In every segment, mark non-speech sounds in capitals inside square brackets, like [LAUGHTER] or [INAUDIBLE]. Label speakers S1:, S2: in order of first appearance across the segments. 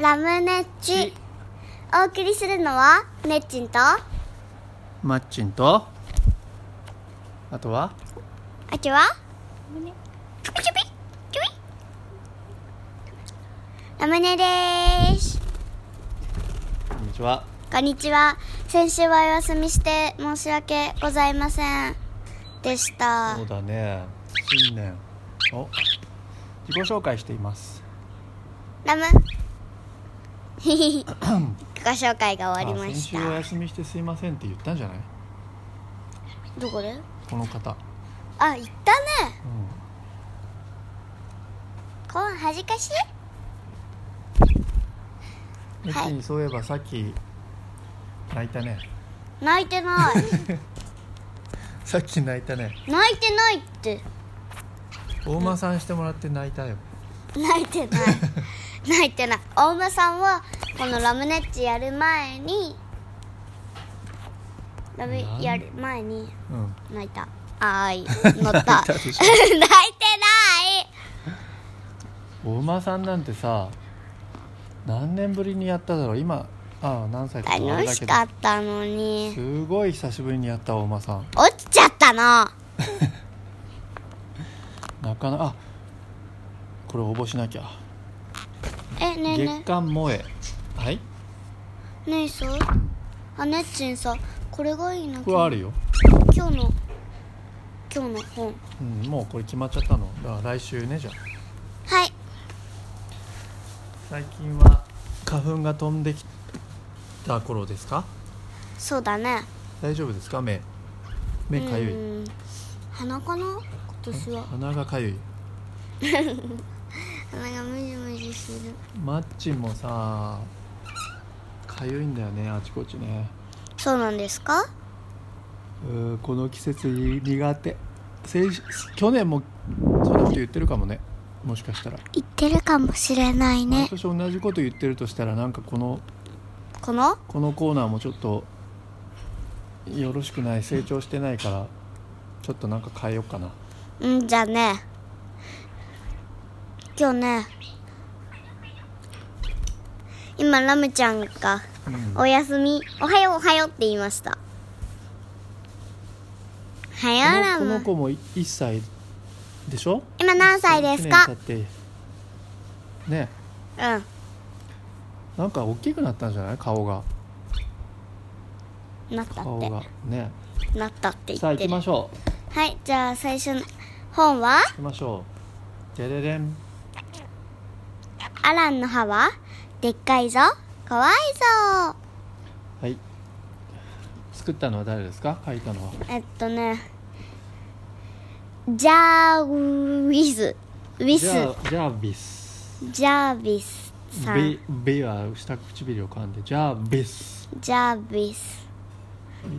S1: ラムネッチお送りするのはねっちんとあ
S2: マッチンとあとは
S1: きはチュピチュピチュピラムネです
S2: こんにちは
S1: こんにちは先週はお休みして申し訳ございませんでした
S2: そうだね新年お自己紹介しています
S1: ラ [LAUGHS] ム自己紹介が終わりま
S2: あ先
S1: し
S2: 週お
S1: た
S2: 休みしてすいませんって言ったんじゃない
S1: どこで
S2: この方
S1: あ行ったね
S2: うん
S1: こん恥ずかしい
S2: マッチンそういえばさっき泣いたね
S1: 泣いてない
S2: [LAUGHS] さっき泣いたね
S1: 泣いてないって
S2: 大間さんしてもらって泣いたよ
S1: 泣いてない [LAUGHS] 泣いてない大馬さんはこのラムネッチやる前にラム
S2: なん
S1: やる前に
S2: うん
S1: 泣い
S2: [LAUGHS]
S1: たあーい乗った
S2: 泣いた
S1: 泣い
S2: でしてょ
S1: ない
S2: お馬さんなんてさ何年ぶりにやっただろう今ああ何歳かあれ
S1: 楽
S2: だ
S1: し
S2: けど
S1: かったのに
S2: すごい久しぶりにやったお馬さん
S1: 落ちちゃったの
S2: なかなかあこれ応募しなきゃ
S1: えねえ
S2: 月
S1: ね
S2: 刊萌え
S1: [LAUGHS]
S2: はい
S1: えねえさあねっちんさこれがいいな
S2: これあるよ、
S1: 今日の今日の本
S2: うん、もうこれ決まっちゃったのだから来週ねじゃあ
S1: はい
S2: 最近は花粉が飛んできた頃ですか
S1: そうだね
S2: 大丈夫ですか目目かゆい
S1: うん鼻かな今年は
S2: 鼻がかゆい
S1: 鼻がムジムジする
S2: マッチンもさかゆいんだよねあちこちね
S1: そうなんですか
S2: うーこの季節苦手先去年もそんなこと言ってるかもねもしかしたら
S1: 言ってるかもしれない
S2: 毎
S1: ね
S2: 年同じこと言ってるとしたらなんかこの
S1: この
S2: このコーナーもちょっとよろしくない成長してないからちょっとなんか変えようかな
S1: うんじゃあね今日ね今ラムちゃんが
S2: うん
S1: おやすみおはようおはようって言いましたはようラ
S2: この
S1: ム
S2: この子も1歳でしょ
S1: 今何歳ですか
S2: 1年経ってね
S1: うん
S2: なんか大きくなったんじゃない顔が
S1: なったっ
S2: 顔がね
S1: てなったって
S2: さあ
S1: 言っ
S2: 行
S1: て
S2: き
S1: る
S2: ましょう
S1: はいじゃあ最初の本は
S2: 行きましょうデレレン
S1: アランの歯はでっかいぞ怖いぞ
S2: はい作ったのは誰ですか書いたのは
S1: えっとねジャーウィズウィ
S2: ジャ
S1: ス
S2: ージャービス
S1: ジャービスさん
S2: ビビは下唇を噛んでジャービス
S1: ジャービス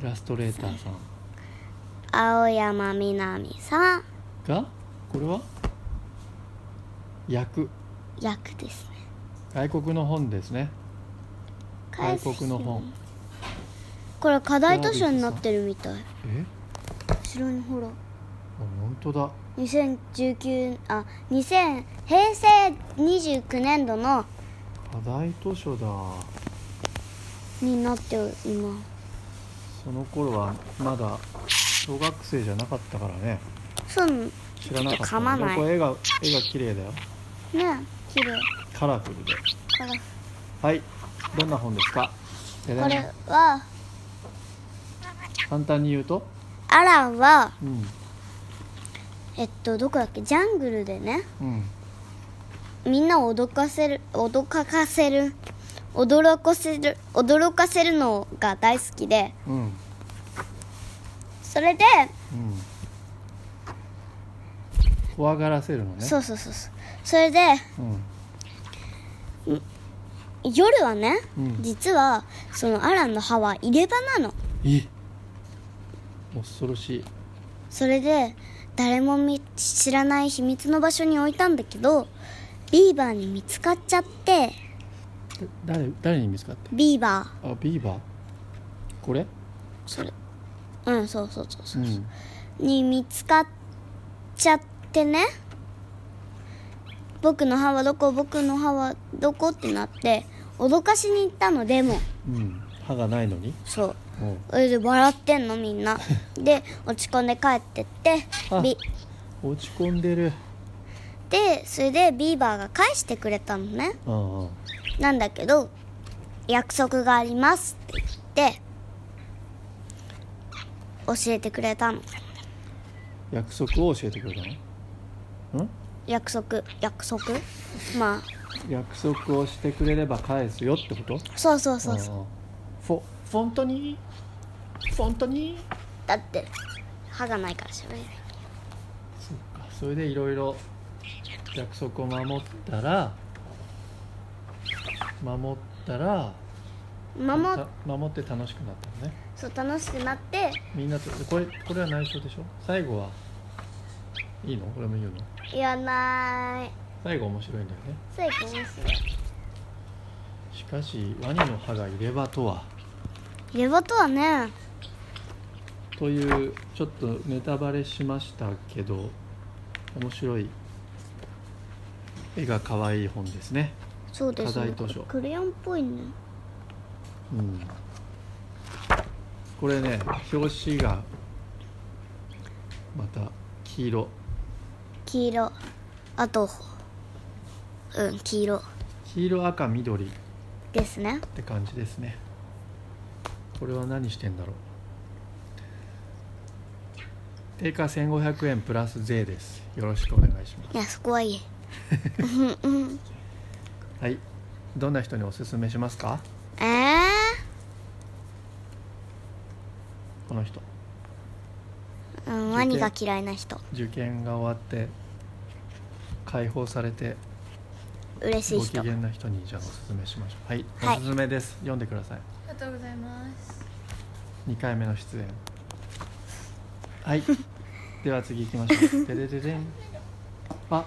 S2: イラストレーターさん
S1: 青山みなみさん
S2: がこれは訳
S1: 役ですね
S2: 外国の本ですね外国の本
S1: これ課題図書になってるみたい
S2: え
S1: 後ろにほら
S2: あ本当だ
S1: 2019あ2000平成29年度の
S2: 課題図書だ
S1: になっていま
S2: その頃はまだ小学生じゃなかったからね
S1: すそうね
S2: 知らなかっ
S1: ちょ
S2: た
S1: っと噛まない
S2: でもこれ絵が絵が綺麗だよ
S1: 綺麗
S2: カラフルで
S1: から
S2: はいどんな本ですかで
S1: これ
S2: ね
S1: は
S2: 簡単に言うと
S1: アランは
S2: うん
S1: えっとどこだっけジャングルでね
S2: うん
S1: みんなを脅かせる脅かかせる驚かせる驚かせるのが大好きで
S2: うんうん
S1: それで
S2: 怖がらせるのね
S1: そうそうそうそうそれで
S2: うん
S1: 夜はね、
S2: うん
S1: 実はそのアランの歯は入れ歯なの
S2: え恐ろしい
S1: それで誰もみ知らない秘密の場所に置いたんだけどビーバーに見つかっちゃって
S2: だ誰誰に見つかって
S1: ビーバー
S2: あビーバーこれ
S1: それうんそうそうそうそう、
S2: ん
S1: に見つかっちゃってね僕の歯はどこ僕の歯はどこってなって脅かしに行ったのでも
S2: うん歯がないのに
S1: そう
S2: うん
S1: それで笑ってんのみん [LAUGHS] なで落ち込んで帰ってって
S2: あ
S1: ビ
S2: 落ち込んでる
S1: でそれでビーバーが返してくれたのね
S2: うんうん
S1: なんだけど約束がありますって言って教えてくれたの
S2: 約束を教えてくれたのん
S1: 約束約束ま
S2: 約束をしてくれれば返すよってこと
S1: あそうそうそうそう
S2: うんうんフォフォントにフォントに
S1: だって歯がないからしゃべれない
S2: そっかそれでいろいろ約束を守ったら守ったら
S1: 守った
S2: 守って楽しくなったのね
S1: そう楽しくなって
S2: みんなとこれこれは内緒でしょ最後はいいのこれも言うの
S1: 言わない
S2: 最後面白いんだよね
S1: 最後面白い
S2: しかしワニの歯がいればとは
S1: レバとはね
S2: というちょっとネタバレしましたけど面白い絵が可愛い本ですね
S1: そうですね
S2: 課題図書
S1: クレヨンっぽいね
S2: うんこれね表紙がまた黄色
S1: 黄色あとうん黄色
S2: 黄色赤緑っ
S1: ですね
S2: て感じですねこれは何してんだろう定価1500円プラス税ですよろしくお願いします
S1: いやそこはいい
S2: はいどんな人におすすめしますか
S1: えー、
S2: この人
S1: うん、ワニが嫌いな人
S2: 受験が終わって解放されて
S1: 嬉しい
S2: ご機
S1: 人
S2: 嫌な人にじゃあおすすめしましょうはい、
S1: はい
S2: おすすめです読んでください
S3: ありがとうございます。
S2: 2回目の出演はい [LAUGHS] では次行きま
S1: [LAUGHS]
S2: しょうででででんあ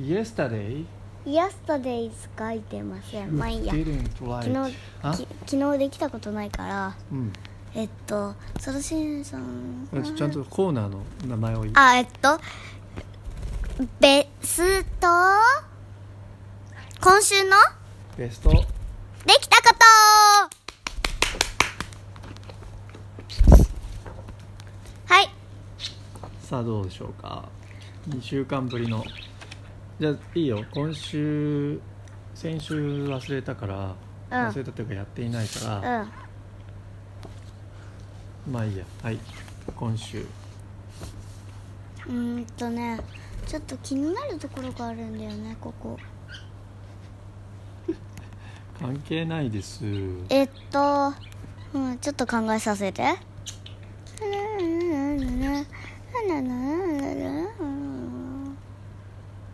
S2: Yesterday
S1: イエスタデイズ書いてません
S2: you
S1: まあいいや
S2: didn't
S1: 昨
S2: write
S1: 日
S2: あ
S1: き昨日できたことないから
S2: うん
S1: えっとソロシンさん
S2: ちゃんとコーナーの名前を言い
S1: あえっとベスト今週の
S2: ベスト
S1: できたことはい
S2: さあどうでしょうか2週間ぶりのじゃあいいよ今週先週忘れたから、
S1: うん
S2: 忘れたというかやっていないから、
S1: うん
S2: まあいいやはい今週
S1: うーんとねちょっと気になるところがあるんだよねここ
S2: 関係ないです
S1: えっと、うん、ちょっと考えさせて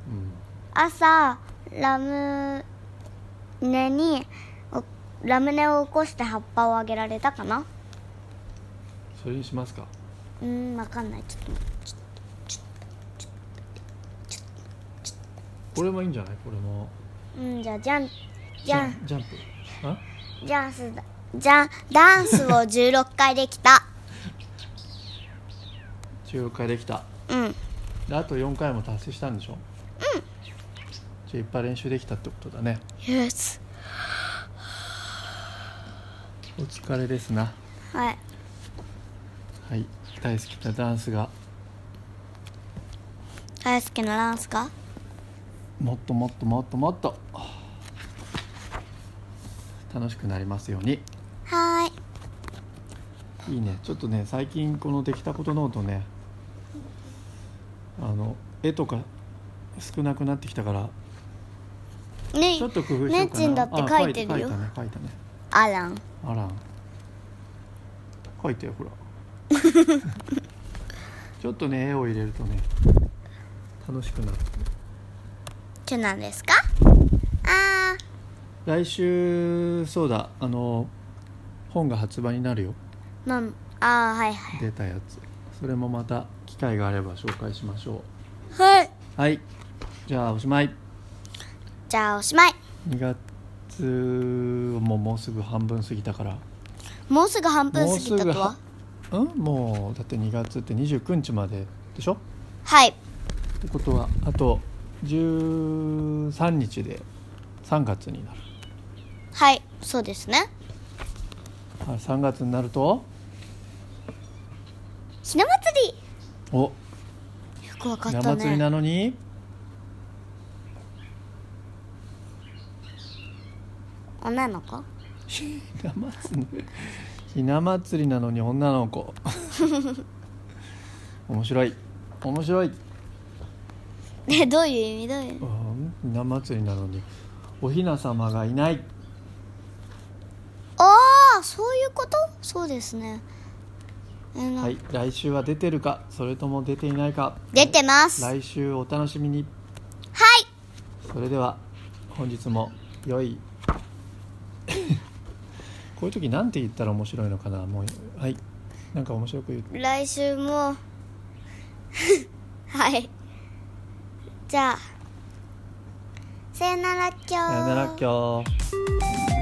S2: うん
S1: 朝ラムネにおラムネを起こして葉っぱをあげられたかな
S2: それにしますか
S1: うーんわかんないちょっと待って
S2: これもいいんじゃないこれも
S1: うんじゃあじゃんじゃん
S2: ジャンプあ
S1: じゃんすだじゃんダンスを16回できた [LAUGHS]
S2: 16回できた
S1: うん
S2: であと4回も達成したんでしょうんじゃあいっぱい練習できたってことだね
S1: よし
S2: お疲れですな
S1: はい
S2: はい大好きなダンスが
S1: 大好きなダンスか
S2: もっともっともっともっと楽しくなりますように
S1: はーい
S2: いいねちょっとね最近このできたことノートねあの絵とか少なくなってきたから
S1: ね
S2: ちょっと工夫しよう
S1: ね
S2: かな
S1: ちんだって
S2: あ
S1: 書いてるよ
S2: 書いたね書いたね
S1: アラン
S2: あらん書いてよほら
S1: [LAUGHS]
S2: ちょっとね絵を入れるとね楽しくなる
S1: 今日なんですかあ
S2: 来週そうだあの本が発売になるよ
S1: ーなんあーはいはい
S2: 出たやつそれもまた機会があれば紹介しましょ
S1: はい。
S2: うはいじゃあおしまい
S1: じゃあおしまい。
S2: 2月ももうすぐ半分過ぎたから
S1: もうすぐ半分
S2: も
S1: 過
S2: う
S1: ぎ
S2: す
S1: たと
S2: ぐ
S1: は。
S2: うんもうだって2月って29日まででしょ
S1: はい。
S2: ってことはあと13日で3月になる、
S1: はいそうですね
S2: はい、3月になると
S1: ひな祭
S2: お
S1: りよくわかっ
S2: ひな
S1: た
S2: 祭り
S1: ね
S2: なのに
S1: 女の子 [LAUGHS]
S2: ひな祭りひな祭りなのに女の
S1: [LAUGHS]
S2: 子面白い面白い
S1: えどういう意味どういう意味
S2: うんひな祭りなのにおひな様がいない
S1: ああそういうことそうですねえな
S2: はい来週は出てるかそれとも出ていないか
S1: 出てますはい
S2: 来週お楽しみにそれでは本日も良い [LAUGHS] こういう時なんて言ったら面白いのかなもうはいなんか面白く言う
S1: 来週も [LAUGHS] はいじゃあさよなら今日
S2: さよなら今日